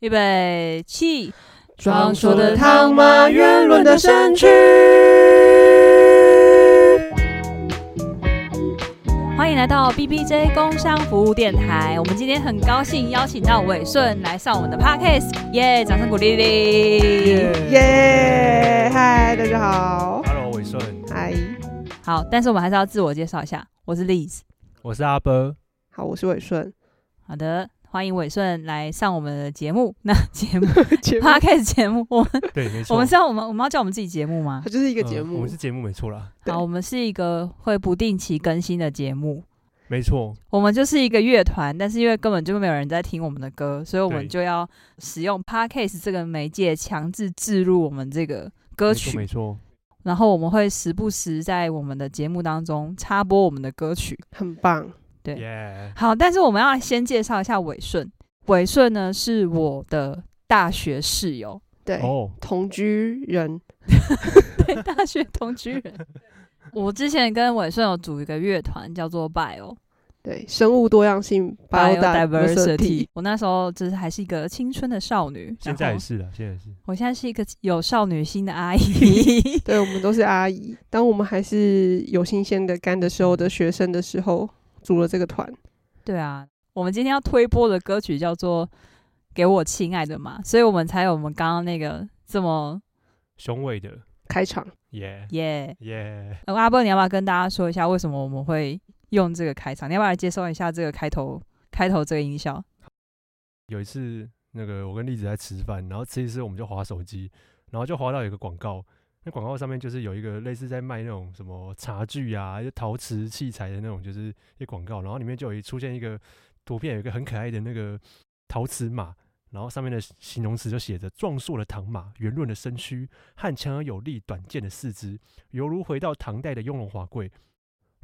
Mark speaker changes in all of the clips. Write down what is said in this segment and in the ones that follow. Speaker 1: 预备起！
Speaker 2: 壮硕的汤马，圆润的身躯。
Speaker 1: 欢迎来到 B B J 工商服务电台。我们今天很高兴邀请到伟顺来上我们的 podcast，耶！掌声鼓励
Speaker 2: 耶
Speaker 1: 励。
Speaker 3: 耶！嗨，大家好，
Speaker 2: Hello，伟顺，
Speaker 3: 嗨，
Speaker 1: 好，但是我们还是要自我介绍一下，我是 Liz。
Speaker 2: 我是阿波。
Speaker 3: 好，我是伟 顺。
Speaker 1: 好的，欢迎伟顺来上我们的节目。 那节目
Speaker 3: 节目
Speaker 1: podcast 节目，我们
Speaker 2: 对，没错，
Speaker 1: 我们是要我们我们要叫我们自己节目吗
Speaker 3: 它？就是一
Speaker 2: 一
Speaker 3: 个节
Speaker 2: 嗯我
Speaker 3: 目
Speaker 2: 们是，节目，没错啦，
Speaker 3: 对
Speaker 1: 好，我们是一个会不定期更新的节目。
Speaker 2: 没错，
Speaker 1: 我们就是一个乐团，但是因为根本就没有人在听我们的歌，所以我们
Speaker 2: 对
Speaker 1: 就要使用 podcast 这个媒介，强制置入我们这个歌
Speaker 2: 没错没
Speaker 1: 曲。
Speaker 2: 错，
Speaker 1: 然后我们会时不时在我们的节目当中插播我们的歌曲。
Speaker 3: 很棒。
Speaker 1: 对
Speaker 2: 耶，
Speaker 1: 好，但是我们要先介绍一下伟顺。伟顺呢是我的大学室 友，
Speaker 3: 对，
Speaker 2: 哦，
Speaker 3: 同居人，
Speaker 1: 对，大学同居人。我之前跟伟顺有组一个乐团，叫做 Bio。
Speaker 3: 对，生物多样性
Speaker 1: biodiversity。我那时候就是还是一个青春的少女，
Speaker 2: 现在
Speaker 1: 然
Speaker 2: 也
Speaker 1: 后
Speaker 2: 是了，现在也是，
Speaker 1: 我现在是一个有少女心的阿 姨。
Speaker 3: 对，我们都是阿姨。当我们还是有新鲜的干的时候的学生的时候，组了这个团。
Speaker 1: 对啊，我们今天要推播的歌曲叫做《给我亲爱的》嘛，所以我们才有我们刚刚那个这么
Speaker 2: 雄伟的，
Speaker 3: 开场
Speaker 2: 耶
Speaker 1: 耶。
Speaker 2: 耶，
Speaker 1: 呃阿波，你要不要跟大家说一下为什么我们会用这个开场？你要不要来介绍一下这个开头？开头这个音效，
Speaker 2: 有一次，那个我跟栗子在吃饭，然后吃一吃我们就划手机，然后就划到有一个广告，那广告上面就是有一个类似在卖那种什么茶具啊、就陶瓷器材的那种，就是一广告，然后里面就有一出现一个图片，有一个很可爱的那个陶瓷马。然后上面的形容词就写着壮硕的唐马，圆润的身躯，悍强而有力，短健的四肢，犹如回到唐代的雍容华贵。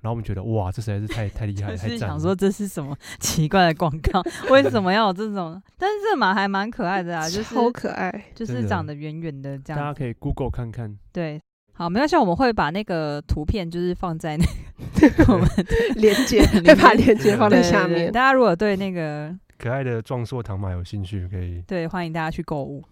Speaker 2: 然后我们觉得哇，这实在是太太厉害
Speaker 1: 就
Speaker 2: 了，太
Speaker 1: 是
Speaker 2: 赞
Speaker 1: 想
Speaker 2: 了！
Speaker 1: 说这是什么奇怪的广 告？为什么要有这种？但是这马还蛮可爱的啊，就是
Speaker 3: 超可爱。
Speaker 1: 就
Speaker 2: 真
Speaker 1: 是
Speaker 2: 的
Speaker 1: 长得圆圆的这
Speaker 2: 大
Speaker 1: 样
Speaker 2: 家
Speaker 1: 子。
Speaker 2: 可以 Google 看看，
Speaker 1: 对，好，没关系，我们会把那个图片就是放在那 个我们
Speaker 3: 连 接
Speaker 1: 里
Speaker 3: 会
Speaker 1: 面
Speaker 3: 把连接放
Speaker 1: 对
Speaker 3: 在
Speaker 1: 对
Speaker 3: 下
Speaker 1: 对
Speaker 3: 面。
Speaker 1: 大家如果对那个
Speaker 2: 可爱的壮硕唐马有兴趣，可以
Speaker 1: 对，欢迎大家去购物。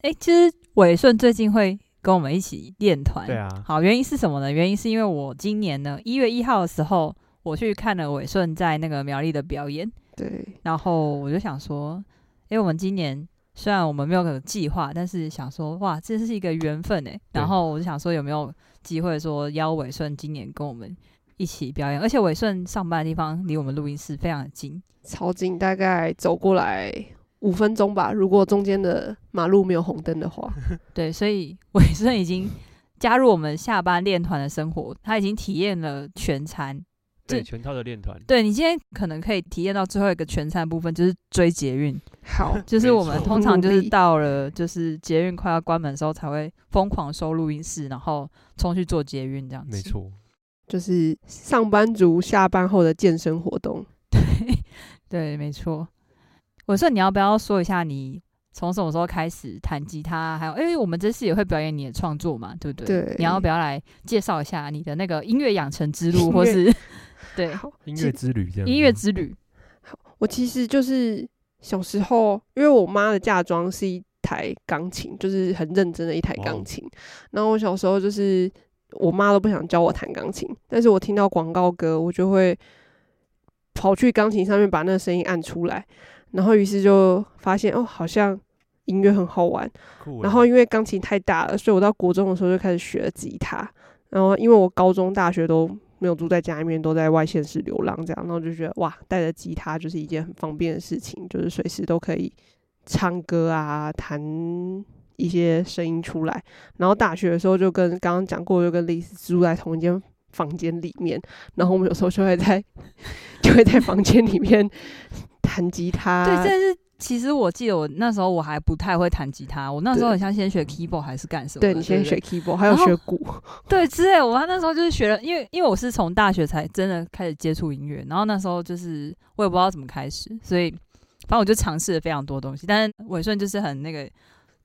Speaker 1: 哎、其实伟顺最近会跟我们一起练团，
Speaker 2: 对啊
Speaker 1: 嗯好，原因是什么呢？原因是因为我今年呢一月一号的时候，我去看了伟顺在那个苗栗的表演，
Speaker 3: 对，
Speaker 1: 然后我就想说，哎、我们今年虽然我们没有个计划，但是想说，哇，这是一个缘分哎。然后我就想说，有没有机会说邀伟顺今年跟我们一起表演？而且伟顺上班的地方离我们录音室非常的近，
Speaker 3: 超近，大概走过来五分钟吧。如果中间的马路没有红灯 的话，
Speaker 1: 对，所以伟顺已经加入我们下班练团的生活，他已经体验了全餐。对
Speaker 4: 对全套的练团，
Speaker 1: 对你今天可能可以体验到最后一个全餐部分，就是追捷运。
Speaker 3: 好，
Speaker 1: 就是我们
Speaker 2: 没错
Speaker 1: 通常就
Speaker 3: 很努
Speaker 1: 是
Speaker 3: 力
Speaker 1: 到了就是捷运快要关门的时候，才会疯狂收录音室，然后冲去做捷运这样子。
Speaker 2: 没，错，
Speaker 3: 就是上班族下班后的健身活动。
Speaker 1: 对， 没错。我说你要不要说一下你从什么时候开始弹吉他？还有，因为我们这次也会表演你的创作嘛，对不对？
Speaker 3: 对
Speaker 1: 你要不要来介绍一下你的那个音乐养成之路，
Speaker 3: 音
Speaker 1: 或
Speaker 3: 乐
Speaker 1: 是对
Speaker 3: 好，
Speaker 2: 音
Speaker 3: 其
Speaker 2: 乐之旅这样子，
Speaker 1: 音乐之旅？
Speaker 3: 好，我其实就是小时候，因为我妈的嫁妆是一台钢琴，就是很认真的一台
Speaker 2: 哇哦
Speaker 3: 钢琴。然后我小时候就是我妈都不想教我弹钢琴，但是我听到广告歌，我就会跑去钢琴上面把那个声音按出来，然后于是就发现哦，好像音乐很好玩。
Speaker 2: 酷欸，
Speaker 3: 然后因为钢琴太大了，所以我到国中的时候就开始学吉他。然后因为我高中、大学都没有住在家里面，都在外县市流浪这样，然后就觉得哇，带着吉他就是一件很方便的事情，就是随时都可以唱歌啊，弹一些声音出来。然后大学的时候就跟刚刚讲过，就跟丽丝住在同一间房间里面，然后我们有时候就会在就会在房间里面弹吉他。
Speaker 1: 对，但是其实我记得我那时候我还不太会弹吉他，我那时候
Speaker 3: 对
Speaker 1: 很像先学 keyboard 还是干什么的？
Speaker 3: 对你先
Speaker 1: 不
Speaker 3: 学 keyboard，还有
Speaker 1: 然后
Speaker 3: 学鼓，
Speaker 1: 对，之类，我那时候就是学了，因为因为我是从大学才真的开始接触音乐，然后那时候就是我 也不知道怎么开始，所以反正我就尝试了非常多东西，但是伟顺就是很那个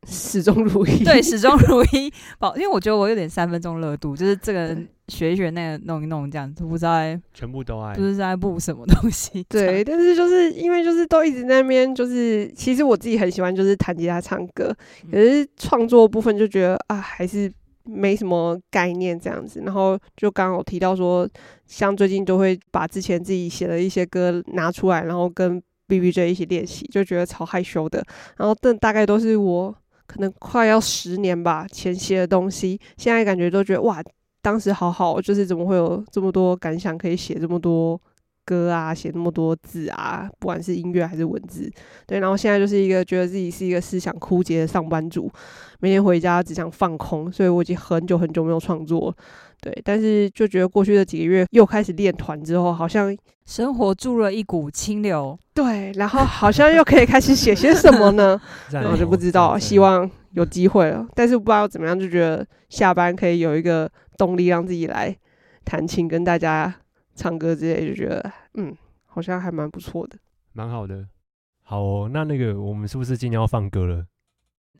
Speaker 3: 始终如一。
Speaker 1: 对，始终如一保，因为我觉得我有点三分钟热度，就是这个
Speaker 3: 对
Speaker 1: 学一学，那个弄一弄，这样子不知道哎在
Speaker 2: 全部都爱
Speaker 1: 不。是在布什么东西。
Speaker 3: 对，但是就是因为就是都一直在那边，就是其实我自己很喜欢就是弹吉他唱歌，可是创作部分就觉得啊还是没什么概念这样子。然后就刚刚有提到说，像最近都会把之前自己写的一些歌拿出来，然后跟 B B J 一起练习，就觉得超害羞的。然后但大概都是我可能快要十年吧前写的东西，现在感觉都觉得哇。当时好好，就是怎么会有这么多感想，可以写这么多歌啊，写那么多字啊，不管是音乐还是文字，对。然后现在就是一个觉得自己是一个思想枯竭的上班族，每天回家只想放空，所以我已经很久很久没有创作了，对。但是就觉得过去的几个月又开始练团之后，好像
Speaker 1: 生活注了一股清流，
Speaker 3: 对，然后好像又可以开始写些什么呢？
Speaker 2: 然
Speaker 3: 然后就不知道，希望有机会了，但是不知道怎么样，就觉得下班可以有一个动力让自己来弹琴，跟大家唱歌之类，就觉得嗯，好像还蛮不错的。
Speaker 2: 蛮好的。好哦，那那个我们是不是今天要放歌了？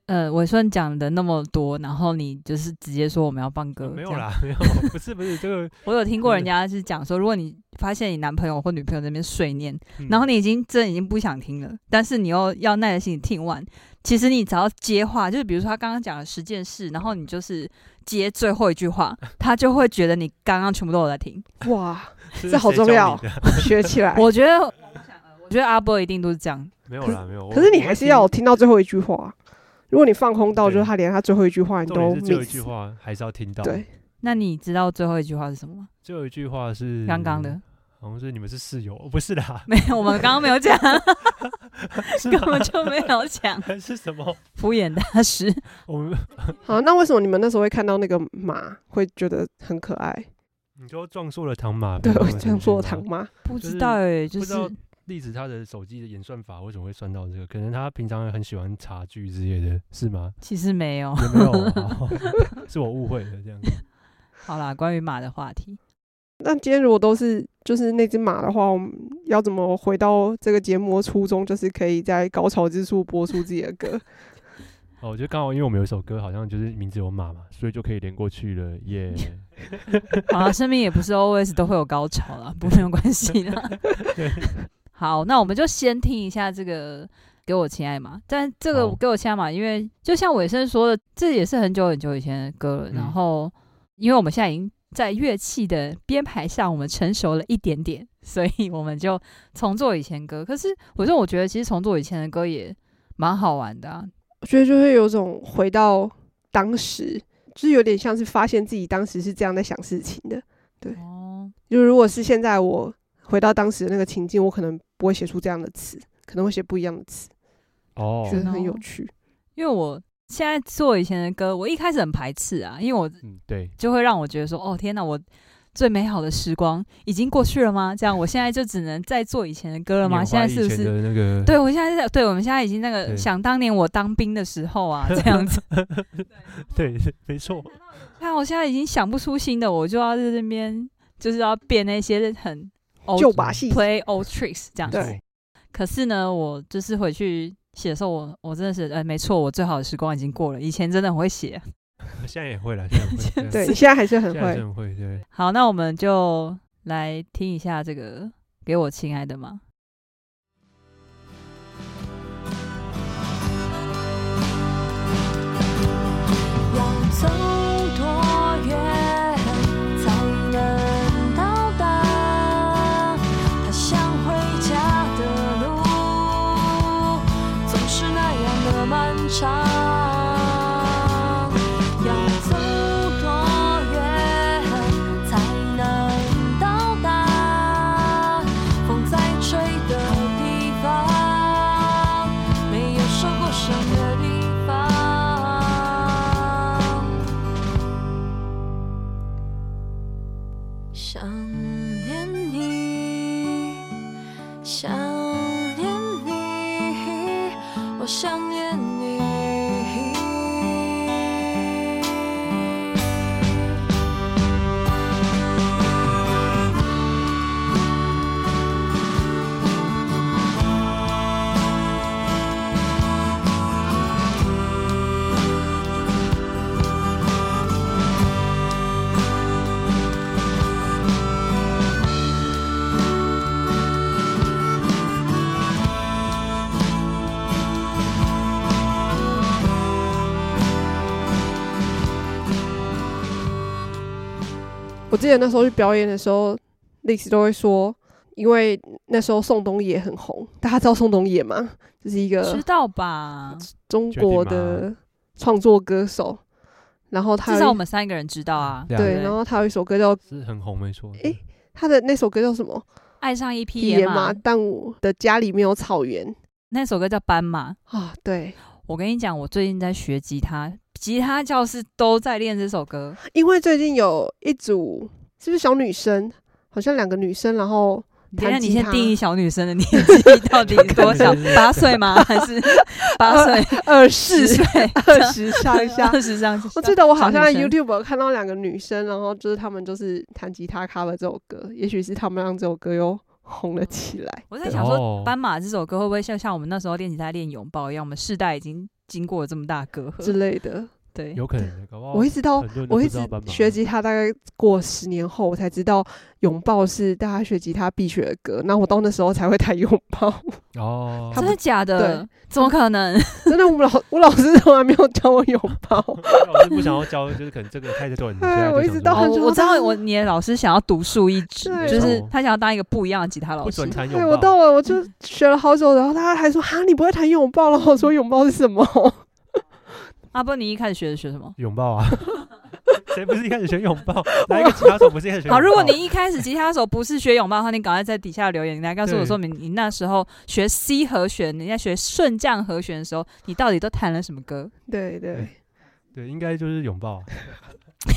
Speaker 1: 呃，伟顺讲的那么多，然后你就是直接说我们要放歌，
Speaker 2: 呃没有
Speaker 1: 这样。
Speaker 2: 啦， 嗯没有，不是不是这个。
Speaker 1: 我有听过人家是讲说，如果你发现你男朋友或女朋友在那边碎念，
Speaker 2: 嗯
Speaker 1: 然后你已经真的已经不想听了，但是你又要耐着心听完，其实你只要接话，就是比如说他刚刚讲了十件事，然后你就是接最后一句话，他就会觉得你刚刚全部都有在听。
Speaker 3: 哇，
Speaker 2: 是
Speaker 3: 这好
Speaker 2: 谁
Speaker 3: 重
Speaker 2: 教你
Speaker 3: 要
Speaker 2: 的
Speaker 3: 学起
Speaker 2: 哎
Speaker 3: 来。
Speaker 1: 我觉得，我觉得阿波一定都是这样。
Speaker 2: 没有啦，没有。
Speaker 3: 可
Speaker 2: 我
Speaker 3: 是你
Speaker 2: 我
Speaker 3: 还
Speaker 2: 会
Speaker 3: 是
Speaker 2: 听
Speaker 3: 要有听到最后一句话啊。如果你放空到，就是
Speaker 2: 对
Speaker 3: 他连他最后一句话你
Speaker 2: 重
Speaker 3: 都
Speaker 2: 点是最后一句
Speaker 3: miss。
Speaker 2: 话还是要听到。
Speaker 3: 对，
Speaker 1: 那你知道最后一句话是什么吗？
Speaker 2: 最后一句话是
Speaker 1: 刚刚
Speaker 2: 嗯
Speaker 1: 的，
Speaker 2: 好像是你们是室友， 哦不 是啦，
Speaker 1: 没有，我们刚刚没有讲，
Speaker 2: 是
Speaker 1: 根
Speaker 2: 吗？
Speaker 1: 本就没有讲
Speaker 2: 还 是什么？
Speaker 1: 敷衍大师。
Speaker 2: 我们
Speaker 3: 好，那为什么你们那时候会看到那个马，会觉得很可 爱？
Speaker 2: 你说撞硕了唐马，
Speaker 3: 对，
Speaker 2: 我
Speaker 3: 我 这样说唐妈，
Speaker 1: 不
Speaker 2: 就
Speaker 1: 知
Speaker 2: 是
Speaker 1: 道哎、就
Speaker 2: 不知道
Speaker 1: 是
Speaker 2: 例子他的手机的演算法为什么会算到这个？可能他平常很喜欢茶具之类的，是 吗？
Speaker 1: 其实没有。
Speaker 2: 也没有啊， 是我误会了这样子。
Speaker 1: 好啦，关于马的话题，
Speaker 3: 那今天如果都是就是那只马的话，我们要怎么回到这个节目的初衷？就是可以在高潮之处播出自己的歌。
Speaker 2: 哦，我觉得刚好因为我们有一首歌好像就是名字有马嘛，所以就可以连过去了 耶。
Speaker 1: 好啦，生命也不是 always 都会有高潮啦，不没有关系 啦。好，那我们就先听一下这个《给我亲爱嘛》，但这个
Speaker 2: 好
Speaker 1: 《给我亲爱嘛》，因为就像伟生说的，这也是很久很久以前的歌了。
Speaker 2: 嗯
Speaker 1: 然后，因为我们现在已经在乐器的编排上，我们成熟了一点点， 所以我们就重做以前歌。可是，我说我觉得其实重做以前的歌也蛮好玩的、啊，
Speaker 3: 我觉得就会有种回到当时，就是有点像是发现自己当时是这样在想事情的。对
Speaker 1: 哦，
Speaker 3: 就如果是现在我回到当时的那个情境，我可能不会写出这样的词，可能会写不一样的词，
Speaker 2: 哦，
Speaker 3: 觉得很有
Speaker 1: 哦
Speaker 3: 趣。
Speaker 1: 因为我现在做以前的歌，我一开始很排斥啊，因为我
Speaker 2: 嗯，对，
Speaker 1: 就会让我觉得说，哦天哪，我最美好的时光已经过去了吗？这样，我现在就只能再做以前的歌了吗？
Speaker 2: 缅
Speaker 1: 现
Speaker 2: 怀
Speaker 1: 在
Speaker 2: 以
Speaker 1: 是不
Speaker 2: 前
Speaker 1: 是？
Speaker 2: 的那个？
Speaker 1: 对，我现在在，对我们现在已经那个
Speaker 2: 对
Speaker 1: 想当年我当兵的时候 啊，这样子。
Speaker 2: 对对，没错。
Speaker 1: 看我现在已经想不出新的，我就要在这边就是要变那些很 old
Speaker 3: 旧把戏
Speaker 1: play old tricks 这样子。
Speaker 3: 对
Speaker 1: 可是呢，我就是回去写的时候，我我真的是，呃，没错，我最好的时光已经过了。以前真的很会写啊、
Speaker 2: 现在也会了，现在也会
Speaker 3: 对，
Speaker 1: 是
Speaker 3: 你现在还是很
Speaker 2: 现在还是
Speaker 3: 会。
Speaker 2: 很会，对。
Speaker 1: 好，那我们就来听一下这个，给我亲爱的嘛。
Speaker 4: 要走多远才能到达？他想回家的路总是那样的漫长。要走多远才能到达？风在吹的地方，没有受过伤的地方。想念你，想念你，我想念你。
Speaker 3: 我记得那时候去表演的时候，历史都会说，因为那时候宋冬野很红，大家知道宋冬野吗？这是一个
Speaker 1: 知道 吧？
Speaker 3: 中国的创作歌手，然后他
Speaker 1: 至少我
Speaker 3: 有一
Speaker 1: 们三个人知道啊。
Speaker 2: 对啊
Speaker 1: 不
Speaker 3: 对，然后他有一首歌叫
Speaker 2: 是很红没错。
Speaker 3: 诶他的那首歌叫什么？
Speaker 1: 爱上一匹
Speaker 3: 野
Speaker 1: 野
Speaker 3: 马
Speaker 1: 马，
Speaker 3: 但我的家里没有草原
Speaker 1: 那首歌叫《斑马》。
Speaker 3: 啊，对，
Speaker 1: 我跟你讲，我最近在学吉他，吉他教室都在练这首歌。
Speaker 3: 因为最近有一组是不是小女生，好像两个女生，然后
Speaker 1: 等一下，
Speaker 3: 弹吉
Speaker 1: 你先
Speaker 3: 他
Speaker 1: 定义小女生的年纪到底多小
Speaker 2: 可能？是
Speaker 1: 八岁 吗？还是八岁、
Speaker 3: 二、
Speaker 1: 四岁
Speaker 3: 二十上下。
Speaker 1: 二十上下？
Speaker 3: 我记得我好像在
Speaker 1: 小女生
Speaker 3: YouTube 有看到两个女生，然后就是她们就是弹吉他 cover 这首歌，也许是她们让这首歌又红了起来。
Speaker 1: 我在
Speaker 3: 对
Speaker 1: 想说，
Speaker 2: 哦
Speaker 1: 《斑马》这首歌会不会像像我们那时候练吉他练拥抱一样？我们世代已经经过了这么大隔
Speaker 3: 之
Speaker 1: 阂，
Speaker 3: 类的，
Speaker 1: 对，
Speaker 2: 有可能，搞不
Speaker 1: 哦
Speaker 2: 好
Speaker 3: 我一直到
Speaker 2: 很多人都
Speaker 3: 我
Speaker 2: 不
Speaker 3: 一
Speaker 2: 知
Speaker 3: 直
Speaker 2: 道斑马
Speaker 1: 啊
Speaker 3: 学吉他，大概过十年后，我才知道拥抱是大家学吉他必学的歌。那我到那时候才会弹拥抱。
Speaker 2: 哦，
Speaker 1: 真的假的？怎么可能？
Speaker 3: 真的，我们老我老师从来没有教我拥抱。
Speaker 2: 老师不想要教，就是可能这个太短，所以他
Speaker 3: 哎
Speaker 2: 就
Speaker 3: 我一
Speaker 2: 想
Speaker 3: 直
Speaker 2: 说
Speaker 3: 到
Speaker 1: 哦，
Speaker 3: 很
Speaker 1: 我知道我你的老师想要独树一帜，
Speaker 3: 对
Speaker 1: 就是
Speaker 2: 哦
Speaker 1: 他想要当一个不一样的吉他老
Speaker 2: 不
Speaker 1: 师
Speaker 2: 准。谈
Speaker 3: 对，
Speaker 2: 拥
Speaker 3: 哎我
Speaker 2: 抱，
Speaker 3: 到了，我就学了好久，然后大家还说哈，你不会弹拥抱了？ 然后我说拥抱是什么？
Speaker 1: 阿波，啊你一开始学的学什么？
Speaker 2: 拥抱啊！ 谁不是一开始学拥抱？哪一个吉他手不是一开始学拥抱？
Speaker 1: 好，如果你一开始吉他手不是学拥抱的话，你赶快在底下留言，你来告诉我
Speaker 2: 对
Speaker 1: 说明你那时候学 C 和弦，你在学顺降和弦的时候，你到底都弹了什么歌？
Speaker 3: 对对
Speaker 2: 哎， 对，应该就是拥抱啊。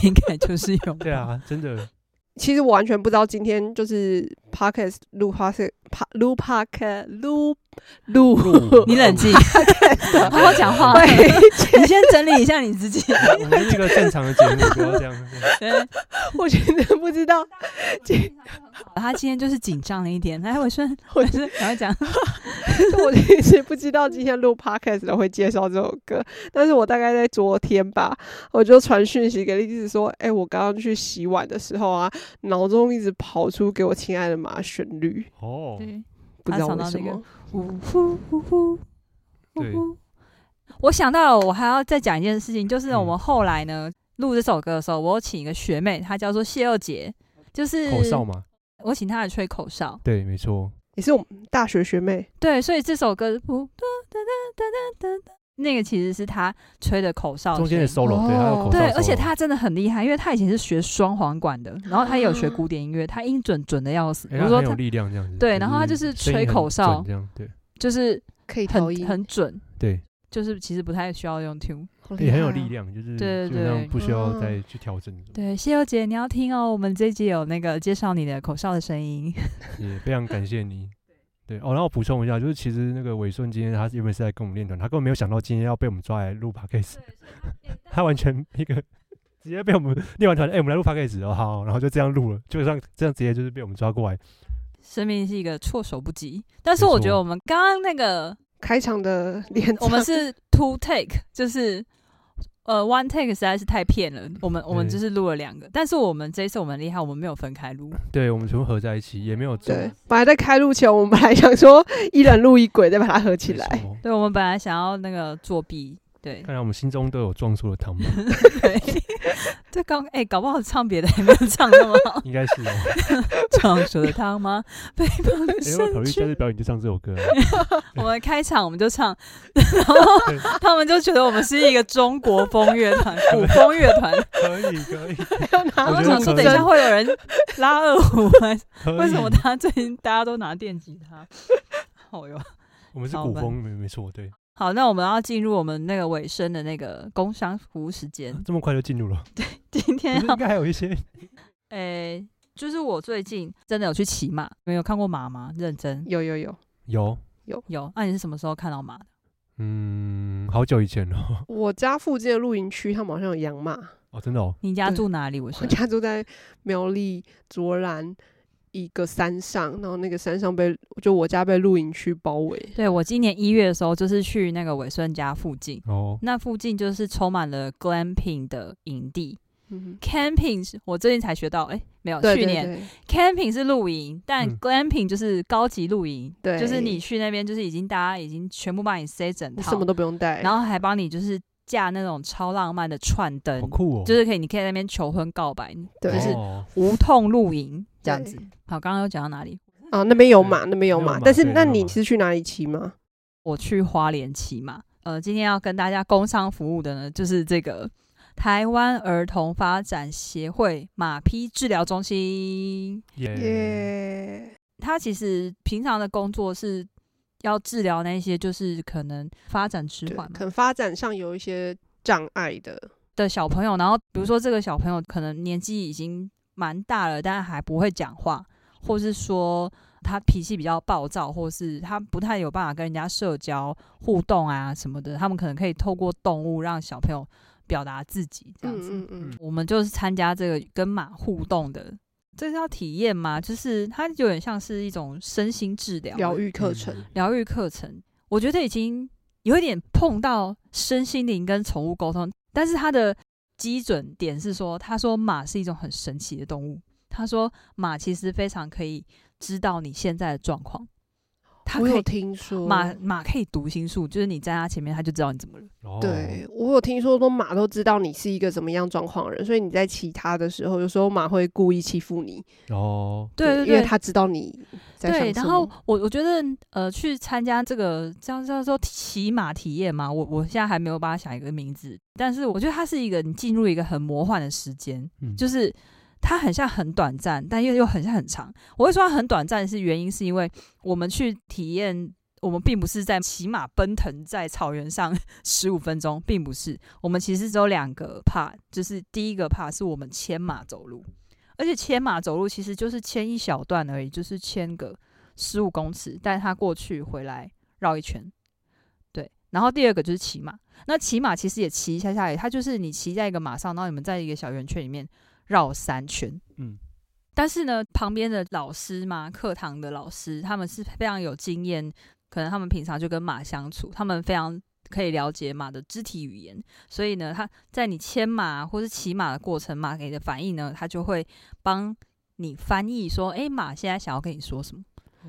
Speaker 1: 应该就是拥抱。
Speaker 2: 对啊，真的，
Speaker 3: 其实我完全不知道今天就是 podcast 录 podcast 啪录 podcast 录录
Speaker 2: 录
Speaker 1: 你 冷静，好好讲话。 你先整理一下你自己。
Speaker 2: 我们是一个正常的节目，不要这样。
Speaker 1: 对
Speaker 3: 我真的不知 道。
Speaker 1: 他今天就是紧张了一点。来，伟顺，伟顺，赶快讲。
Speaker 3: 我其实不知道今天录 podcast 的会介绍这首歌，但是我大概在昨天吧，我就传讯息给丽子说，哎、我刚刚去洗碗的时候啊，脑中一直跑出给我亲爱的妈旋律，
Speaker 2: 哦，
Speaker 1: 对，
Speaker 3: 不
Speaker 1: 他
Speaker 3: 知道
Speaker 1: 想
Speaker 3: 为
Speaker 1: 到
Speaker 3: 什
Speaker 1: 那个
Speaker 3: 么。
Speaker 1: 呜呼呼呼呼
Speaker 2: 对
Speaker 1: 呼。我想到了，我还要再讲一件事情，就是我
Speaker 2: 嗯
Speaker 1: 们后来呢录这首歌的时候，我有请一个学妹，她叫做谢二姐，就是
Speaker 2: 口哨嘛，
Speaker 1: 我请她来吹口哨。
Speaker 2: 对，没错，
Speaker 3: 也是我们大学学妹，
Speaker 1: 对，所以这首歌不哒哒哒哒哒哒，那个其实是她吹的口哨
Speaker 2: 中间的
Speaker 1: 声
Speaker 2: solo，对，还有口哨。
Speaker 1: 哦
Speaker 2: 啊
Speaker 1: 对，而且他真的很厉害，因为他以前是学双簧管的，然后他也有学
Speaker 3: 啊
Speaker 1: 古典音乐，他音准准的要死。
Speaker 2: 哎
Speaker 1: 我
Speaker 2: 他
Speaker 1: 说
Speaker 2: 很有
Speaker 1: 他
Speaker 2: 力量这样子。
Speaker 1: 对然后他就是
Speaker 2: 声音
Speaker 1: 吹
Speaker 2: 很
Speaker 1: 口哨
Speaker 2: 准这样，对
Speaker 1: 就是
Speaker 3: 可以调
Speaker 1: 很
Speaker 3: 音，
Speaker 1: 很准，
Speaker 2: 对，哎
Speaker 1: 就是其实不太需要用 tune。
Speaker 3: 好
Speaker 2: 也很有
Speaker 3: 害
Speaker 2: 力
Speaker 3: 哦。
Speaker 2: 量，就是
Speaker 1: 对
Speaker 2: 基本
Speaker 1: 对
Speaker 2: 上不需要
Speaker 3: 嗯
Speaker 2: 再去调整什么，
Speaker 1: 对，谢优姐你要听哦，我们这一集有那个介绍你的口哨的声音。
Speaker 2: 也非常感谢你。对哦，然后我补充一下，就是其实那个伟顺今天他原本是来跟我们练团，他根本没有想到今天要被我们抓来录 podcast，他 完全一个直接被我们练完团，哎、我们来录 podcast 哦，好，然后就这样录了，就这样这样直接就是被我们抓过来，
Speaker 1: 生命是一个措手不及，但是
Speaker 2: 没
Speaker 1: 我觉得
Speaker 2: 错
Speaker 1: 我们刚刚那 个
Speaker 3: 开场的连
Speaker 1: 我们
Speaker 3: 唱
Speaker 1: 是 two take，就是呃 one take 实在是太骗了，我们我们
Speaker 2: 对
Speaker 1: 就是录了两个，但是我们这一次我们厉害，我们没有分开录。
Speaker 2: 对我们全部合在一起，也没有做
Speaker 3: 对，本来在开录前，我们本来想说一人录一轨，再把它合起来。，
Speaker 2: 没错
Speaker 1: 对，我们本来想要那个作弊，对
Speaker 2: 看来我们心中都有撞树的 糖吧，，
Speaker 1: 对，对，刚哎、搞不好唱别的还没有唱那么好
Speaker 2: 应该是、哦，
Speaker 1: 唱说的他 吗？背叛的
Speaker 2: 因哎为
Speaker 1: 身
Speaker 2: 考虑下次
Speaker 1: 躯。
Speaker 2: 表演就唱这首 歌啊、
Speaker 1: 我们开场我们就唱，然后他们就觉得我们是一个中国风乐团、古风乐团，
Speaker 2: 可以可以
Speaker 1: 然后
Speaker 2: 我觉得
Speaker 1: 想说
Speaker 2: 可
Speaker 1: 等
Speaker 2: 以
Speaker 1: 一 下会有人拉二胡吗，
Speaker 2: 可以，
Speaker 1: 为什么大家最近大家都拿电吉他？ 好哟。
Speaker 2: 我们是
Speaker 1: 好
Speaker 2: 古
Speaker 1: 吧
Speaker 2: 风没没错，对，
Speaker 1: 好，那我们要进入我们那个尾声的那个工商服务时间。
Speaker 2: 这么快就进 入了，
Speaker 1: 今
Speaker 2: 可
Speaker 1: 天
Speaker 2: 是
Speaker 1: 要
Speaker 2: 应该还有一些
Speaker 1: 诶、就是我最近真的有去骑马，没有看过马吗？认真
Speaker 3: 有有有，
Speaker 2: 有，
Speaker 1: 有。那、你是什么时候看到马的？
Speaker 2: 嗯，好久以前了，
Speaker 3: 我家附近的露营区，他们好像有养马。
Speaker 2: 哦，真的哦，
Speaker 1: 你家
Speaker 3: 对
Speaker 1: 住哪里？我
Speaker 3: 我
Speaker 1: 说
Speaker 3: 家住在苗栗卓兰一个山上，然后那个山上被就我家被露营区包围。
Speaker 1: 对我今年一月的时候，就是去那个伟顺家附近，
Speaker 2: 哦，
Speaker 1: 那附近就是充满了 glamping 的营地。
Speaker 3: 嗯，
Speaker 1: camping 是我最近才学到，诶，没有，
Speaker 3: 对
Speaker 1: 哦去
Speaker 3: 对
Speaker 1: 年
Speaker 3: 对
Speaker 1: camping 是露营，但
Speaker 2: 嗯
Speaker 1: glamping 就是高级露营，
Speaker 3: 对
Speaker 1: 就是你去那边就是已经大家已经全部帮你塞整
Speaker 3: 你
Speaker 1: 套，
Speaker 3: 什么都不用带，
Speaker 1: 然后还帮你就是架那种超浪漫的串灯
Speaker 2: 好，酷哦，
Speaker 1: 嗯就是可以，你可以在那边求婚告白，
Speaker 3: 对，
Speaker 1: 就是
Speaker 2: 哦
Speaker 1: 无痛露营这样子
Speaker 3: 对。
Speaker 1: 好，刚刚有讲到哪里？
Speaker 3: 啊，那边有
Speaker 2: 对
Speaker 3: 马，那边有
Speaker 2: 那边有
Speaker 3: 马，
Speaker 2: 马
Speaker 3: 但是
Speaker 2: 对
Speaker 3: 那
Speaker 2: 那边有
Speaker 3: 你
Speaker 2: 马
Speaker 3: 是去哪里骑吗？
Speaker 1: 我去花莲骑马。呃，今天要跟大家工商服务的呢，就是这个台湾儿童发展协会马匹治疗中心。
Speaker 2: 嗯耶，
Speaker 3: 耶，
Speaker 1: 它其实平常的工作是要治疗那些就是可能发展迟
Speaker 3: 对，
Speaker 1: 缓嘛
Speaker 3: 可能发展上有一些障碍的，
Speaker 1: 的小朋友，然后比如说这个小朋友可能年纪已经蛮大了，但还不会讲话，或是说他脾气比较暴躁，或是他不太有办法跟人家社交互动啊什么的，他们可能可以透过动物让小朋友表达自己这样子。
Speaker 3: 嗯嗯嗯，
Speaker 1: 我们就是参加这个跟马互动的，这是要体验吗？就是它有点像是一种身心治疗
Speaker 3: 疗愈课程，
Speaker 2: 嗯
Speaker 1: 疗愈课程，我觉得已经有一点碰到身心灵跟宠物沟通，但是他的基准点是说，他说马是一种很神奇的动物，他说马其实非常可以知道你现在的状况，它
Speaker 3: 我
Speaker 1: 可
Speaker 3: 有
Speaker 1: 以
Speaker 3: 听说哦
Speaker 1: 马马可以读心术，就是你在它前面，它就知道你怎么了。
Speaker 2: 哦
Speaker 3: 对，我有听说说马都知道你是一个怎么样状况的人，所以你在骑它的时候，有时候马会故意欺负你，
Speaker 2: 哦，
Speaker 1: 对
Speaker 3: 因为
Speaker 1: 对
Speaker 3: 它知道你在想
Speaker 1: 对，
Speaker 3: 什
Speaker 1: 然
Speaker 3: 么
Speaker 1: 后我我觉得呃，去参加这个叫叫做骑马体验嘛，我我现在还没有帮它想一个名字，但是我觉得它是一个你进入一个很魔幻的时间，
Speaker 2: 嗯
Speaker 1: 就是它很像很短暂，但又又很像很长。我会说它很短暂，是原因是因为我们去体验，我们并不是在骑马奔腾在草原上 十五分钟，并不是。我们其实只有两个 part，就是第一个 part 是我们牵马走路，而且牵马走路其实就是牵一小段而已，就是牵个十五公尺，带它过去回来绕一圈。对，然后第二个就是骑马，那骑马其实也骑一下下来，它就是你骑在一个马上，然后你们在一个小圆圈里面绕三圈。
Speaker 2: 嗯，
Speaker 1: 但是呢，旁边的老师嘛，课堂的老师，他们是非常有经验，可能他们平常就跟马相处，他们非常可以了解马的肢体语言，所以呢，他在你牵马或是骑马的过程，马给你的反应呢，他就会帮你翻译说，诶，马现在想要跟你说什么。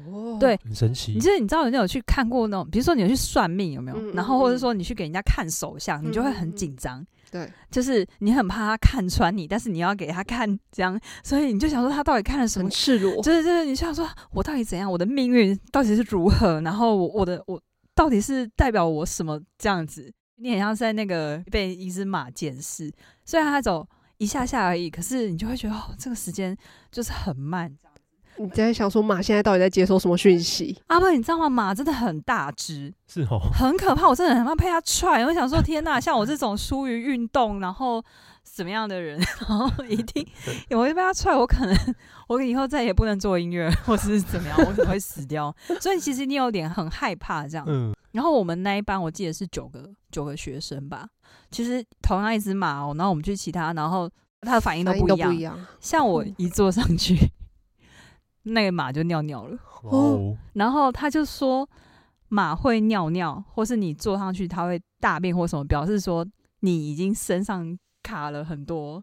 Speaker 3: 哦
Speaker 1: 对
Speaker 2: 很神奇
Speaker 1: 你，就是你知道，你有去看过那种，比如说你有去算命有没有？
Speaker 3: 嗯嗯
Speaker 1: 然后或者
Speaker 3: 嗯
Speaker 1: 说你去给人家看手相，你就会很紧张，
Speaker 3: 对，
Speaker 1: 就是你很怕他看穿你，但是你要给他看，这样，所以你就想说他到底看了什么
Speaker 3: 很？赤裸，
Speaker 1: 就是就是，你就想说我到底怎样，我的命运到底是如何？然后我我的我到底是代表我什么这样子？你很像在那个被一只马检视，虽然它走一下下而已，可是你就会觉得哦，这个时间就是很慢，
Speaker 3: 你在想说马现在到底在接收什么讯息？
Speaker 1: 阿啊伯，你知道吗？马真的很大只，
Speaker 2: 是哦，
Speaker 1: 很可怕，我真的很怕被它踹。我想说，天呐，像我这种疏于运动，然后怎么样的人，然后一定我会被它踹，我可能我以后再也不能做音乐，或是怎么样，我可能会死 掉。所以其实你有点很害怕这样。
Speaker 2: 嗯，
Speaker 1: 然后我们那一班我记得是九个九个学生吧，其实同样一只马哦，然后我们去骑它，然后它的反应都
Speaker 3: 反应
Speaker 1: 不
Speaker 3: 都
Speaker 1: 一
Speaker 3: 不
Speaker 1: 样
Speaker 3: 一。样，
Speaker 1: 像我一坐上去，那个马就尿尿了。
Speaker 2: 哇哦，
Speaker 1: 然后他就说马会尿尿，或是你坐上去它会大便或什么，表示说你已经身上卡了很多，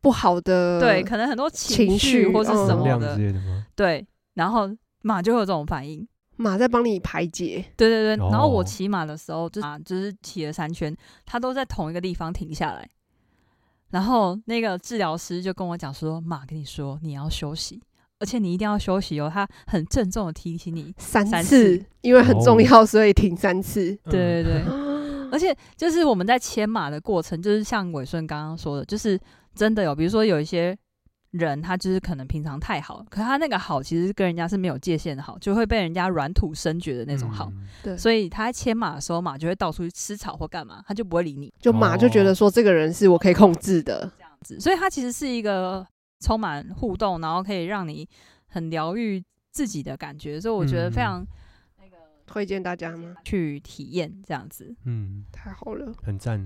Speaker 3: 不好的
Speaker 1: 对，可能很多
Speaker 3: 呃情
Speaker 1: 绪
Speaker 3: 绪嗯
Speaker 1: 或是什
Speaker 2: 能
Speaker 1: 么
Speaker 2: 量
Speaker 1: 的，
Speaker 2: 之类的吗？
Speaker 1: 对，然后马就会有这种反应。
Speaker 3: 马在帮你排解，
Speaker 1: 对对对，
Speaker 2: 哦
Speaker 1: 然后我骑马的时候，就是马就是骑了三圈，它都在同一个地方停下来。然后那个治疗师就跟我讲说：“马跟你说，你要休息，而且你一定要休息哦。”他很郑重的提醒你。
Speaker 3: 三
Speaker 1: 三次
Speaker 3: 因为很重
Speaker 2: 哦
Speaker 3: 要，所以停三次。
Speaker 2: 嗯
Speaker 1: 对对对，
Speaker 3: 啊
Speaker 1: 而且就是我们在牵马的过程，就是像伟顺刚刚说的，就是真的有，比如说有一些人他就是可能平常太好，可他那个好其实跟人家是没有界限的好，就会被人家软土生掘的那种好。
Speaker 2: 嗯
Speaker 3: 对
Speaker 1: 所以他在牵马的时候，马就会到处去吃草或干嘛，他就不会理你
Speaker 3: 就马就觉得说这个人是我可以控制的，
Speaker 1: 这样子。所以它其实是一个充满互动，然后可以让你很疗愈自己的感觉。所以我觉得非常
Speaker 2: 嗯
Speaker 3: 推荐大家吗？
Speaker 1: 去体验这样子。
Speaker 2: 嗯，
Speaker 3: 太好了，
Speaker 2: 很赞。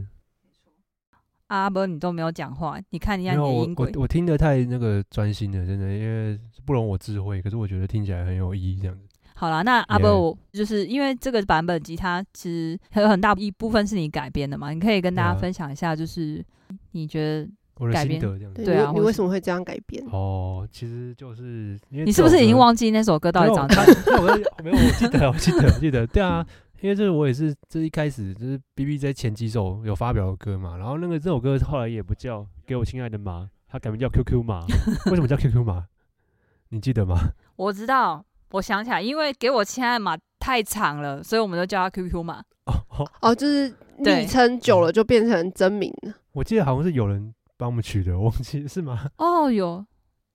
Speaker 1: 啊阿伯，你都没有讲话，你看一下
Speaker 2: 没
Speaker 1: 你
Speaker 2: 有
Speaker 1: 的
Speaker 2: 我
Speaker 1: 音轨
Speaker 2: 我。我听得太那个专心了，真的，因为不容我智慧，可是我觉得听起来很有意义，这样子。
Speaker 1: 好啦，那阿
Speaker 2: Yeah
Speaker 1: 伯，我就是因为这个版本吉他其实还有很大一部分是你改编的嘛，你可以跟大家
Speaker 2: Yeah
Speaker 1: 分享一下，就是你觉得
Speaker 2: 我的
Speaker 1: 改
Speaker 2: 心
Speaker 1: 编
Speaker 2: 得这样子。
Speaker 1: 对啊或
Speaker 3: 你你
Speaker 1: 是
Speaker 3: 为什么会这样改变？
Speaker 2: 哦，其实就是因为
Speaker 1: 你
Speaker 2: 这
Speaker 1: 是不
Speaker 2: 首
Speaker 1: 是已经
Speaker 2: 歌
Speaker 1: 忘记那首歌到底
Speaker 2: 没有
Speaker 1: 长
Speaker 2: 他
Speaker 1: 什么？
Speaker 2: 没有我没有，我记得，我记得，我记得。对啊，因为这个我也是，这一开始就是 B B 在前几首有发表的歌嘛，然后那个这首歌后来也不叫《给我亲爱的马》，它改名叫 Q Q 马。为什么叫 Q Q 马？你记得吗？
Speaker 1: 我知道，我想起来，因为给我亲爱的马太长了，所以我们都叫他 QQ 马。
Speaker 2: 哦，哦
Speaker 3: 哦，就是
Speaker 1: 对
Speaker 3: 昵称久
Speaker 1: 嗯
Speaker 3: 了就变成真名了。
Speaker 2: 我记得好像是有人帮我们取的，我忘记是吗？
Speaker 1: 哦，有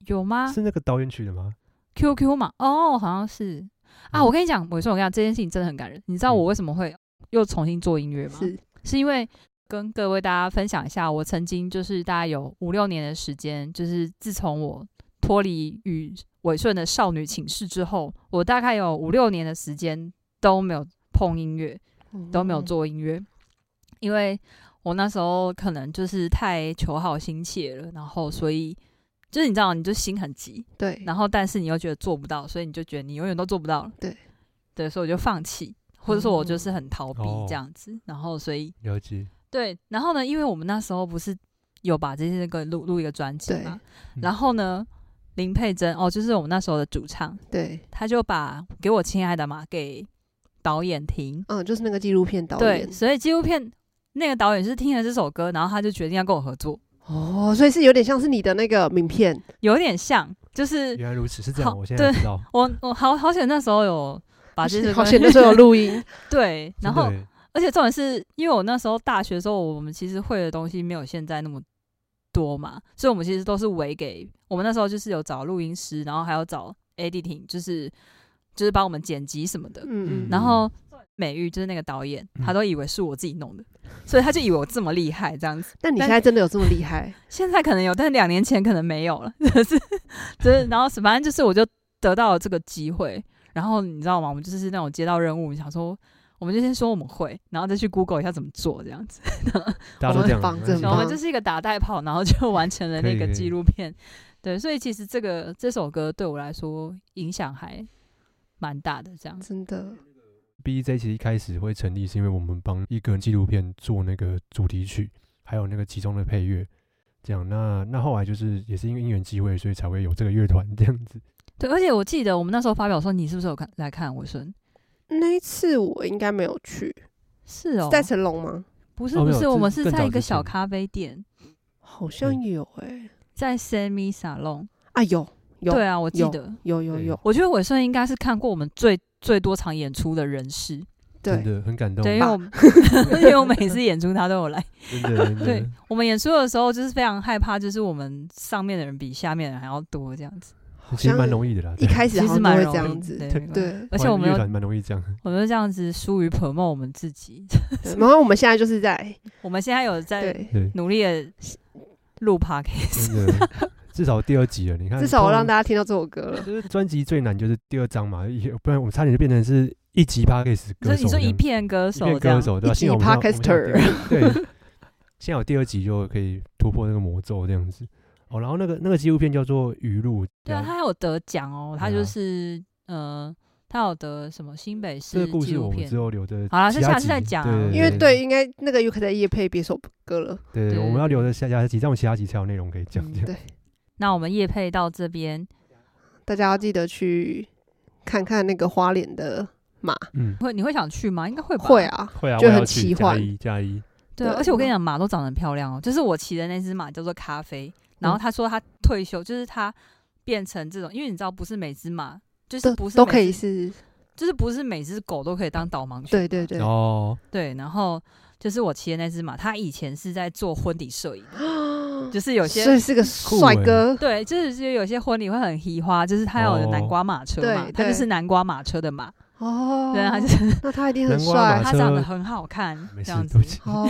Speaker 1: 有吗
Speaker 2: 是那个导演取的吗？
Speaker 1: ？QQ 马？哦，好像是啊。
Speaker 2: 嗯
Speaker 1: 我跟你讲，我说我跟你讲，这件事情真的很感人。你知道
Speaker 2: 嗯
Speaker 1: 我为什么会又重新做音乐吗？
Speaker 3: 是
Speaker 1: 是因为跟各位大家分享一下，我曾经就是大概有五六年的时间，就是自从我脱离与伟顺的少女寝室之后，我大概有五六年的时间都没有碰音乐，嗯都没有
Speaker 3: 嗯
Speaker 1: 做音乐，因为我那时候可能就是太求好心切了，然后所以就是你知道，你就心很急，
Speaker 3: 对，
Speaker 1: 然后但是你又觉得做不到，所以你就觉得你永远都做不到了。
Speaker 3: 对，
Speaker 1: 对，所以我就放弃，或者说我就是很逃避
Speaker 2: 哦
Speaker 1: 这样子。然后所以
Speaker 2: 了解。
Speaker 1: 对，然后呢，因为我们那时候不是有把这些歌录录一个专辑
Speaker 3: 对
Speaker 1: 嘛，
Speaker 2: 嗯
Speaker 1: 然后呢，林佩珍哦，就是我们那时候的主唱，
Speaker 3: 对，
Speaker 1: 他就把《给我亲爱的嘛》给导演听，
Speaker 3: 嗯，就是那个纪录片导演
Speaker 1: 对，。所以纪录片那个导演是听了这首歌，然后他就决定要跟我合作，
Speaker 3: 哦，所以是有点像是你的那个名片，
Speaker 1: 有点像，就是
Speaker 2: 原来如此，是这样。
Speaker 1: 好
Speaker 2: 我现在
Speaker 1: 对
Speaker 2: 知道。
Speaker 1: 我我好好险那时候有把 这首
Speaker 3: 好
Speaker 1: 歌
Speaker 3: 险那时候有录音，
Speaker 1: 对， 然
Speaker 2: 真
Speaker 1: 后
Speaker 2: 的耶
Speaker 1: 而且重点是因为我那时候大学的时候，我们其实会的东西没有现在那么多嘛，所以我们其实都是围给我们那时候就是有找录音师，然后还有找 editing，就是就是帮我们剪辑什么的。
Speaker 3: 嗯，嗯
Speaker 1: 然后美玉就是那个导演，他都以为是我自己弄的，所以他就以为我这么厉害这样子。
Speaker 3: 但你
Speaker 1: 但
Speaker 3: 现在真的有这么厉害？
Speaker 1: 现在可能有，但两年前可能没有了， 就是就是，然后反正就是我就得到了这个机会，然后你知道吗？我们就是那种接到任务，我们想说。我们就先说我们会，然后再去 Google 一下怎么做这样子。
Speaker 2: 大家
Speaker 3: 我
Speaker 2: 都
Speaker 3: 们
Speaker 2: 这样，
Speaker 3: 仿
Speaker 2: 没
Speaker 3: 真
Speaker 2: 关系
Speaker 1: 我
Speaker 3: 吗
Speaker 1: 们就是一个打带跑，然后就完成了
Speaker 2: 可以
Speaker 1: 那个
Speaker 2: 可以
Speaker 1: 纪录片。对，所以其实这个这首歌对我来说影响还蛮大的。这样子，
Speaker 3: 真的，
Speaker 2: B J 其实一开始会成立，是因为我们帮一个纪录片做那个主题曲，还有那个其中的配乐，这样。那那后来就是也是因为因缘机会，所以才会有这个乐团这 样子。
Speaker 1: 对，而且我记得我们那时候发表说，你是不是有看来看我说
Speaker 3: 那一次我应该没有去，
Speaker 1: 是哦
Speaker 3: 是，在成龙吗？
Speaker 1: 不是
Speaker 2: 哦
Speaker 1: 不
Speaker 2: 没有
Speaker 1: 是，
Speaker 2: 这
Speaker 1: 我们
Speaker 2: 是
Speaker 1: 是
Speaker 2: 更
Speaker 1: 在
Speaker 2: 早
Speaker 1: 一个
Speaker 2: 之
Speaker 1: 小
Speaker 2: 前
Speaker 1: 咖啡店，
Speaker 3: 好
Speaker 1: 嗯
Speaker 3: 像有哎、
Speaker 1: 在 Semi Salon。
Speaker 3: 啊有有
Speaker 1: 对啊，我记
Speaker 3: 有
Speaker 1: 得，
Speaker 3: 有有
Speaker 2: 对
Speaker 3: 有，
Speaker 1: 我觉得伟顺应该是看过我们最最多场演出的人 士，
Speaker 3: 对
Speaker 2: 真，的很感动，
Speaker 1: 对，因为
Speaker 3: 吧
Speaker 1: 我们因为我每次演出他都有 来。
Speaker 2: 真 的真
Speaker 1: 对
Speaker 2: 的。
Speaker 1: 我们演出的时候就是非常害怕，就是我们上面的人比下面的人还要多这样子，
Speaker 3: 好
Speaker 2: 其实
Speaker 3: 像
Speaker 2: 蛮容易的啦，
Speaker 3: 一
Speaker 2: 对
Speaker 3: 开始
Speaker 1: 其实
Speaker 3: 好像都
Speaker 1: 蛮
Speaker 3: 会
Speaker 1: 容
Speaker 3: 这样
Speaker 1: 易，
Speaker 3: 子，
Speaker 1: 对，没关系
Speaker 3: 对。
Speaker 1: 而且我们
Speaker 2: 乐
Speaker 1: 又
Speaker 2: 团蛮容易这样，
Speaker 1: 我们又这样子疏于 promote 我们自己，
Speaker 3: 对然后我们现在就 是在
Speaker 1: 我们现在有在
Speaker 3: 对，
Speaker 2: 对，
Speaker 1: 努力的录 podcast，
Speaker 2: 真的。至少第二集了，你看，
Speaker 3: 至少我
Speaker 2: 通
Speaker 3: 让
Speaker 2: 常
Speaker 3: 大家听到这首歌了。
Speaker 2: 就是专辑最难就是第二张嘛，也不然我们差点就变成是一集 p a r k e s
Speaker 1: 所
Speaker 2: 歌
Speaker 1: 以你
Speaker 2: 手这
Speaker 1: 说
Speaker 2: 样，
Speaker 1: 一片歌
Speaker 2: 一
Speaker 1: 手
Speaker 2: 片
Speaker 1: 这样
Speaker 2: 歌，手对吧？
Speaker 3: 一集
Speaker 2: 幸好我们现在
Speaker 3: podcaster
Speaker 2: 我们现在有第二对， 幸好第二集就可以突破那个魔咒这样子。哦，然后那个那个纪录片叫做《鱼露》，
Speaker 1: 对啊，他还有得奖哦，他
Speaker 2: 对啊
Speaker 1: 就是呃，他有得什么新北
Speaker 2: 这
Speaker 1: 市
Speaker 2: 个故
Speaker 1: 纪
Speaker 2: 事
Speaker 1: 录
Speaker 2: 我们
Speaker 1: 片
Speaker 2: 之，后留着其
Speaker 1: 好啦
Speaker 2: 他
Speaker 1: 这
Speaker 2: 集，
Speaker 1: 下次再讲啊
Speaker 3: 因为对，应该那个又可以在夜配别首歌了。
Speaker 2: 对
Speaker 1: 对
Speaker 2: 对，我们要留着下下集，这样其他集才有内容可以 讲
Speaker 1: 嗯。
Speaker 2: 这样
Speaker 3: 对，
Speaker 1: 那我们叶配到这边，
Speaker 3: 大家要记得去看看那个花脸的马，
Speaker 2: 嗯，
Speaker 1: 会你会想去吗？应该会吧，
Speaker 3: 会，啊，
Speaker 2: 会啊，
Speaker 3: 就
Speaker 2: 我也
Speaker 3: 很
Speaker 2: 要去
Speaker 3: 奇
Speaker 2: 加
Speaker 3: 幻
Speaker 2: 一加一，
Speaker 1: 对啊，
Speaker 3: 对
Speaker 1: 而且我跟你讲，马都长得很漂亮哦，就是我骑的那只马叫做咖啡，然
Speaker 3: 嗯
Speaker 1: 后他说他退休，就是他变成这种，因为你知道不是每只马。就是
Speaker 3: 都
Speaker 1: 不是
Speaker 3: 都
Speaker 1: 每
Speaker 3: 可以
Speaker 1: 只
Speaker 3: 是，
Speaker 1: 就是不是每只狗都可以当导盲犬。
Speaker 3: 对对对
Speaker 2: 然。后
Speaker 1: 对，然后就是我骑的那只马，它以前是在做婚礼摄影的， 就是有
Speaker 3: 所
Speaker 1: 些
Speaker 3: 以是个帅
Speaker 2: 酷 欸
Speaker 3: 哥，
Speaker 1: 对，就是就是有些婚礼会很嘻花，就是它有
Speaker 2: 哦
Speaker 1: 南瓜马车嘛，
Speaker 3: 对
Speaker 1: 它就
Speaker 3: 对
Speaker 1: 是南瓜马车的马，
Speaker 3: 哦，
Speaker 1: 对，啊它就是
Speaker 3: 那他一定很
Speaker 2: 南瓜
Speaker 3: 帅
Speaker 2: 马，
Speaker 1: 它
Speaker 2: 车
Speaker 1: 长得很好看，
Speaker 2: 没
Speaker 1: 这
Speaker 2: 事，
Speaker 1: 样子
Speaker 2: 对不。起。
Speaker 3: 哦，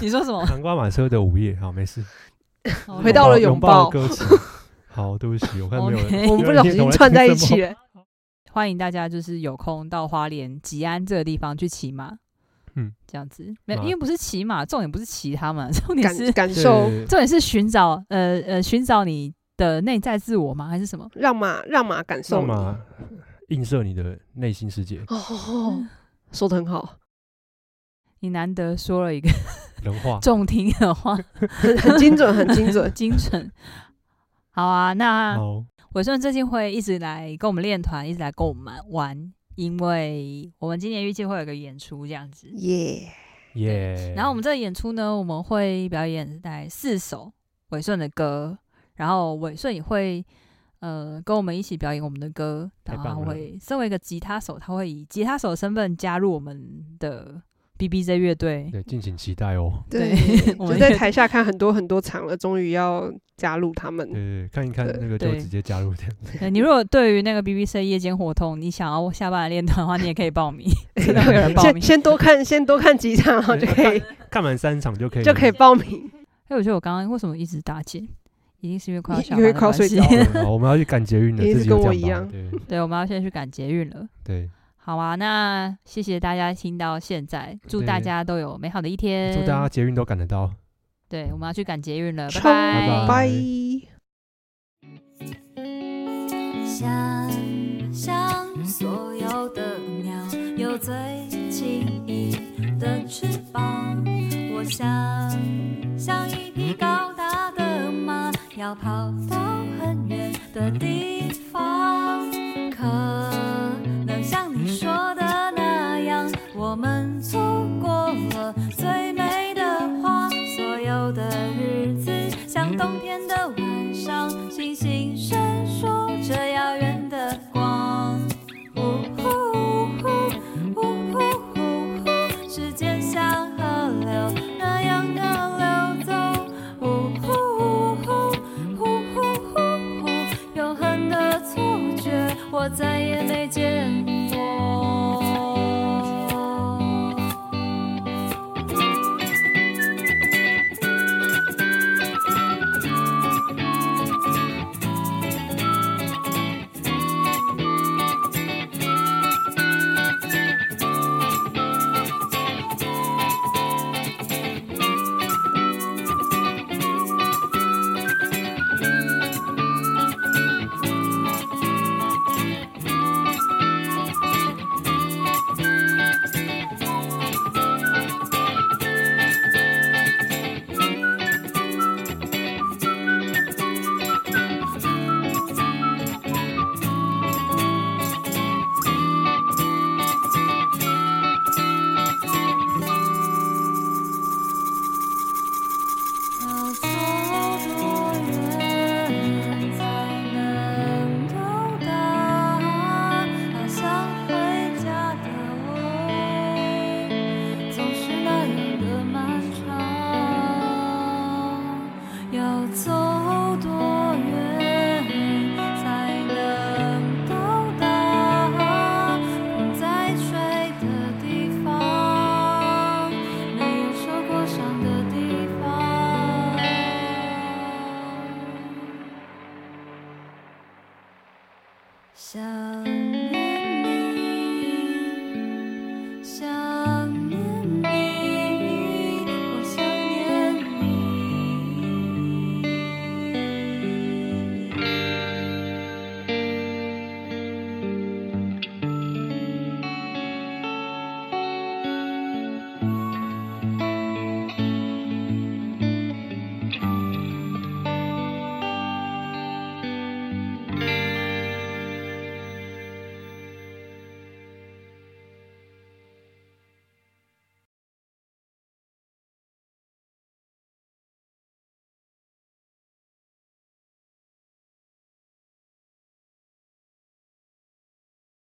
Speaker 1: 你说什 么？
Speaker 2: 南瓜马车的午夜，好，没事。
Speaker 1: 哦
Speaker 3: 回到了拥
Speaker 2: 拥抱
Speaker 3: 抱
Speaker 2: 的歌曲。好，对不起，我看没有人
Speaker 1: OK
Speaker 3: 我们不小心串在一起了。
Speaker 1: 欢迎大家就是有空到花莲吉安这个地方去骑马，
Speaker 2: 嗯，
Speaker 1: 这样子，没有，
Speaker 2: 马
Speaker 1: 因为不是骑马，重点不是骑它们， 重点
Speaker 3: 感
Speaker 1: 是
Speaker 3: 感
Speaker 2: 对
Speaker 3: 受，
Speaker 1: 重点是寻找呃呃寻找你的内在自我吗？还是什么？
Speaker 3: 让马让马感受
Speaker 2: 干
Speaker 3: 你。
Speaker 2: 嘛映射你的内心世界？
Speaker 1: 嗯
Speaker 3: 哦， 说的很好，
Speaker 1: 你难得说了一
Speaker 2: 哦
Speaker 1: 个
Speaker 2: 人话，
Speaker 1: 中听的话，。
Speaker 3: 很很精准，很精准
Speaker 1: 精准。好啊，那
Speaker 2: 好，哦
Speaker 1: 伟顺最近会一直来跟我们练团，一直来跟我们玩，因为我们今年预计会有个演出这样子。
Speaker 3: 耶、
Speaker 2: 耶。
Speaker 1: 然后我们这个演出呢，我们会表演大概四首伟顺的歌，然后伟顺也会呃跟我们一起表演我们的歌，
Speaker 2: 太
Speaker 1: 然后他
Speaker 2: 棒了
Speaker 1: 会身为一个吉他手，他会以吉他手的身份加入我们的 B B Z 乐队。
Speaker 2: 对，敬请期待哦。
Speaker 1: 对我
Speaker 3: 就
Speaker 1: 们
Speaker 3: 在
Speaker 1: 也
Speaker 3: 台下看很多很多场了，终于要加入他
Speaker 2: 对
Speaker 3: 们。
Speaker 2: 对，对看一看
Speaker 3: 嗯对
Speaker 2: 那个就
Speaker 1: 对
Speaker 2: 直接加入这样。
Speaker 1: 对你如果对于那个 B B C 夜间活动，你想要下班练团的话，你也可以报 名，真的会有人报
Speaker 3: 先
Speaker 1: 名。
Speaker 3: 先多看，先多看几场，然后就可以
Speaker 2: 看完三场就可以
Speaker 3: 就可以报名。
Speaker 1: 哎，我觉得我刚刚为什么一直打结，一定是因为快要
Speaker 3: 因
Speaker 1: 下
Speaker 3: 因
Speaker 1: 班
Speaker 3: 为
Speaker 1: 的
Speaker 3: 快要
Speaker 1: 关
Speaker 3: 睡
Speaker 1: 系
Speaker 3: 着。了
Speaker 2: 好，我们要去赶捷运了，
Speaker 3: 你一
Speaker 2: 自
Speaker 3: 直
Speaker 2: 己有
Speaker 3: 跟我
Speaker 2: 这
Speaker 3: 一样
Speaker 2: 吧对
Speaker 1: 对，我们要先去赶捷运了。
Speaker 2: 对，
Speaker 1: 好啊，那谢谢大家听到现在，祝大
Speaker 2: 对
Speaker 1: 家都有美好的一天。
Speaker 2: 祝大家捷运都赶得到。
Speaker 1: 对，我们要去赶捷运了，拜
Speaker 3: 冲
Speaker 1: 拜。
Speaker 2: 拜
Speaker 3: 拜。
Speaker 4: 想象所有的鸟有最轻盈的翅膀，我想像一匹高大的马，要跑到很远的地